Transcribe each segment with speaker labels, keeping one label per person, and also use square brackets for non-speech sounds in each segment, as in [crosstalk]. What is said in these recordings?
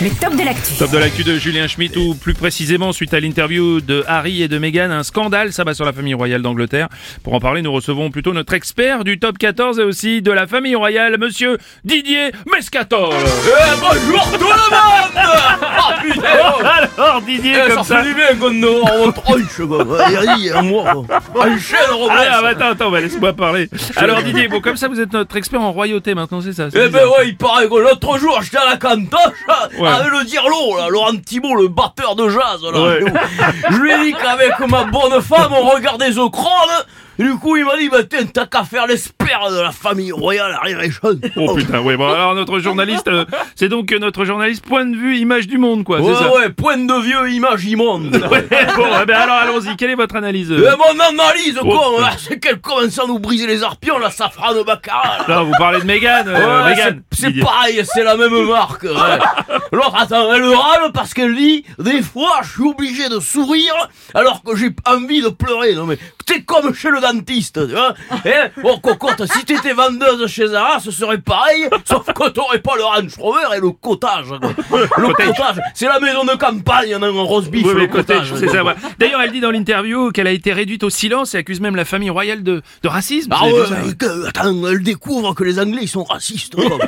Speaker 1: le top de l'actu.
Speaker 2: Top de l'actu de Julien Schmitt ou plus précisément suite à l'interview de Harry et de Meghan, un scandale ça va sur la famille royale d'Angleterre. Pour en parler, nous recevons plutôt notre expert du top 14 et aussi de la famille royale, monsieur Didier Mescator. [laughs]
Speaker 3: Bonjour tout le monde Ah putain
Speaker 2: Alors Oh, Didier,
Speaker 3: Ça
Speaker 2: comme ça...
Speaker 3: fait du bien qu'on nous rencontre Enchaîne
Speaker 2: Ah, bah,
Speaker 3: Robert
Speaker 2: attends, attends, bah, laisse-moi parler. Alors Didier, bon comme ça vous êtes notre expert en royauté maintenant, c'est ça c'est
Speaker 3: Eh ben
Speaker 2: bizarre.
Speaker 3: ouais, il paraît que l'autre jour, j'étais à la cantoche hein,
Speaker 2: Ouais.
Speaker 3: avec le dirlo, là, Laurent Thibault, le batteur de jazz. Là.
Speaker 2: Ouais.
Speaker 3: Je lui ai dit qu'avec ma bonne femme, on regardait The Crown. Du coup, il m'a dit, bah tiens, t'as qu'à faire l'espère de la famille royale, Harry et Sean.
Speaker 2: Oh putain, ouais, bon alors notre journaliste, euh, c'est donc euh, notre journaliste point de vue, image du monde quoi, c'est ça
Speaker 3: Ouais, ouais, pointe de vieux, image immonde.
Speaker 2: [laughs] Ouais, bon, eh ben alors allons-y, quelle est votre analyse euh
Speaker 3: Et mon analyse,
Speaker 2: Oh,
Speaker 3: con,
Speaker 2: putain.
Speaker 3: là, c'est qu'elle commence à nous briser les arpions, la safran de Baccarat. là.
Speaker 2: Non, vous parlez de Mégane, euh,
Speaker 3: Ouais,
Speaker 2: Mégane,
Speaker 3: c'est- C'est
Speaker 2: Didier.
Speaker 3: pareil, c'est la même marque. ouais.
Speaker 2: [laughs]
Speaker 3: L'autre, attends, elle râle parce qu'elle dit Des fois, je suis obligé de sourire alors que j'ai envie de pleurer. Non, mais t'es comme chez le dentiste, tu vois.
Speaker 2: [laughs]
Speaker 3: Hein bon, cocotte, si t'étais vendeuse chez Zara, ce serait pareil, sauf que t'aurais pas le Range Rover et le cottage. quoi. Le
Speaker 2: Cottage.
Speaker 3: cottage, c'est la maison de campagne, en rose beef,
Speaker 2: Oui,
Speaker 3: le
Speaker 2: mais côté,
Speaker 3: cottage.
Speaker 2: c'est ça, ouais. D'ailleurs, elle dit dans l'interview qu'elle a été réduite au silence et accuse même la famille royale de, de racisme.
Speaker 3: Ah
Speaker 2: Vous avez
Speaker 3: ouais,
Speaker 2: vu ça
Speaker 3: mais que- attends, elle découvre que les Anglais ils sont
Speaker 2: [laughs]
Speaker 3: racistes. quoi.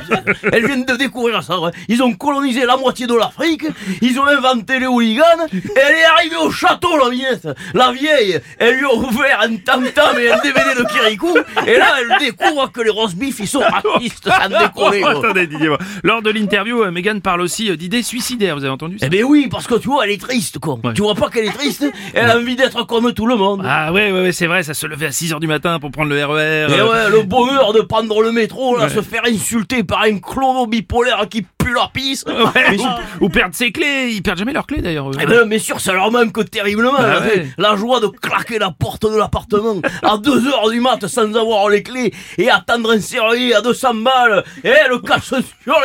Speaker 3: Elles viennent de découvrir ça. ouais. Ils ont colonisé la moitié de l'Afrique, ils ont inventé les hooligans, et elle est arrivée au château, la miette. La vieille, elle lui a ouvert un tam-tam et un DVD de Kirikou, et là elle découvre que les roast beef ils sont racistes, ça me
Speaker 2: [laughs]
Speaker 3: déconner.
Speaker 2: Oh,
Speaker 3: quoi.
Speaker 2: attendez, Didier, bon. Lors de l'interview, euh, Mégane parle aussi euh, d'idées suicidaires, vous avez entendu ça
Speaker 3: Eh ben oui, parce que tu vois, elle est triste, quoi.
Speaker 2: Ouais.
Speaker 3: Tu vois pas qu'elle est triste Elle a envie d'être comme tout le monde.
Speaker 2: Ah ouais, ouais, ouais, c'est vrai, ça se levait à 6h du matin pour prendre le RER.
Speaker 3: Et
Speaker 2: euh,
Speaker 3: Eh ouais, le bonheur de prendre le métro, là,
Speaker 2: Ouais.
Speaker 3: se faire insulter par un clono bipolaire qui pue la pisse.
Speaker 2: [laughs] ouais,
Speaker 3: Mais,
Speaker 2: ou, ou perdre ses clés, ils perdent jamais leurs clés d'ailleurs. eux.
Speaker 3: eh ben, mais sûr, ça leur manque terriblement.
Speaker 2: Bah
Speaker 3: là,
Speaker 2: ouais.
Speaker 3: La joie de claquer la porte de l'appartement à 2 heures du mat sans avoir les clés et attendre un serrurier à 200 balles. Et le casse sur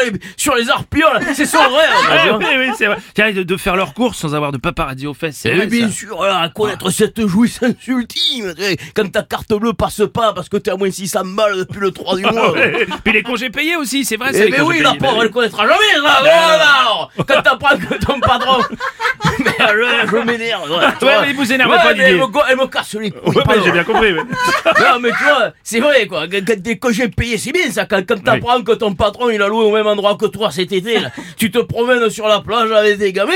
Speaker 3: les, sur les arpions, là, c'est [laughs] son rêve. là, tu
Speaker 2: Ah,
Speaker 3: vois.
Speaker 2: oui, oui, c'est vrai. Tiens, de, de faire leurs courses sans avoir de paparazzi aux fesses. c'est
Speaker 3: Et
Speaker 2: vrai,
Speaker 3: Eh bien
Speaker 2: ça.
Speaker 3: sûr, là, à connaître cette jouissance ultime, tu sais, quand ta carte bleue passe pas parce que t'es à moins 600 balles depuis le 3 du mois.
Speaker 2: Ouais. [laughs] Puis les congés payés aussi, c'est vrai. c'est
Speaker 3: Eh
Speaker 2: les
Speaker 3: ben
Speaker 2: congés
Speaker 3: oui,
Speaker 2: payés.
Speaker 3: la pauvre, elle connaîtra jamais, ça voilà, alors Quand t'apprends que ton patron...
Speaker 2: [laughs]
Speaker 3: Mais je, je m'énerve, ouais, tu
Speaker 2: Ouais,
Speaker 3: vois.
Speaker 2: mais vous énervez
Speaker 3: Ouais,
Speaker 2: pas,
Speaker 3: mais
Speaker 2: Didier.
Speaker 3: Elle me, go- elle me casse les couilles,
Speaker 2: Ouais,
Speaker 3: pardon.
Speaker 2: mais j'ai bien compris. ouais.
Speaker 3: Non, mais tu vois, c'est vrai, quoi. Quand, quand t'es congé payé, c'est bien, ça. Quand, quand t'apprends que ton patron, il a loué au même endroit que toi cet été, là, tu te promènes sur la plage avec des gamins,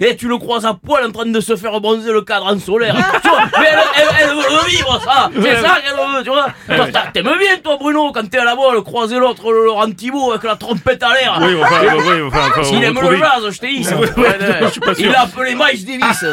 Speaker 3: et tu le croises à poil en train de se faire bronzer le cadre en solaire. tu vois, mais elle, elle- elle veut le vivre, ça. C'est ça qu'elle veut, tu vois.
Speaker 2: Eh
Speaker 3: Toi, t'as- T'aimes bien, toi, Bruno, quand t'es à la voile, croiser l'autre, le Laurent Thibault, avec la trompette à l'air.
Speaker 2: Oui,
Speaker 3: [laughs]
Speaker 2: enfin, oui, oui, enfin, enfin,
Speaker 3: Il
Speaker 2: on
Speaker 3: aime
Speaker 2: retrouve-
Speaker 3: le jazz, je t'ai dit. ça.
Speaker 2: Ouais, ouais, je suis pas sûr.
Speaker 3: Il a appelé Miles Davis.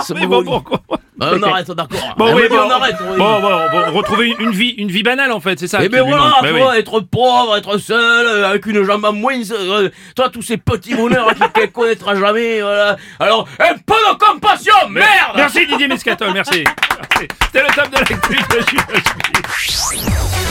Speaker 3: ce- ce
Speaker 2: Mais bon,
Speaker 3: nouveau-
Speaker 2: pourquoi
Speaker 3: Ah, on arrête, d'accord.
Speaker 2: Bon,
Speaker 3: Ah,
Speaker 2: oui,
Speaker 3: oui,
Speaker 2: bon,
Speaker 3: on arrête. oui.
Speaker 2: Bon, bon, bon, retrouver une, une vie, une vie banale en fait, c'est ça.
Speaker 3: Eh
Speaker 2: qui
Speaker 3: ben
Speaker 2: lui
Speaker 3: voilà,
Speaker 2: manque.
Speaker 3: tu
Speaker 2: Bah oui.
Speaker 3: vois, être pauvre, être seul, euh, avec une jambe en moins, euh, toi, tous ces petits bonheurs qu'il- qu'elle connaîtra jamais, voilà. Alors, un peu de compassion, merde
Speaker 2: E Merci Didier Mescatol, merci. Merci. C'était le top de l'actu de Julien Schmitt.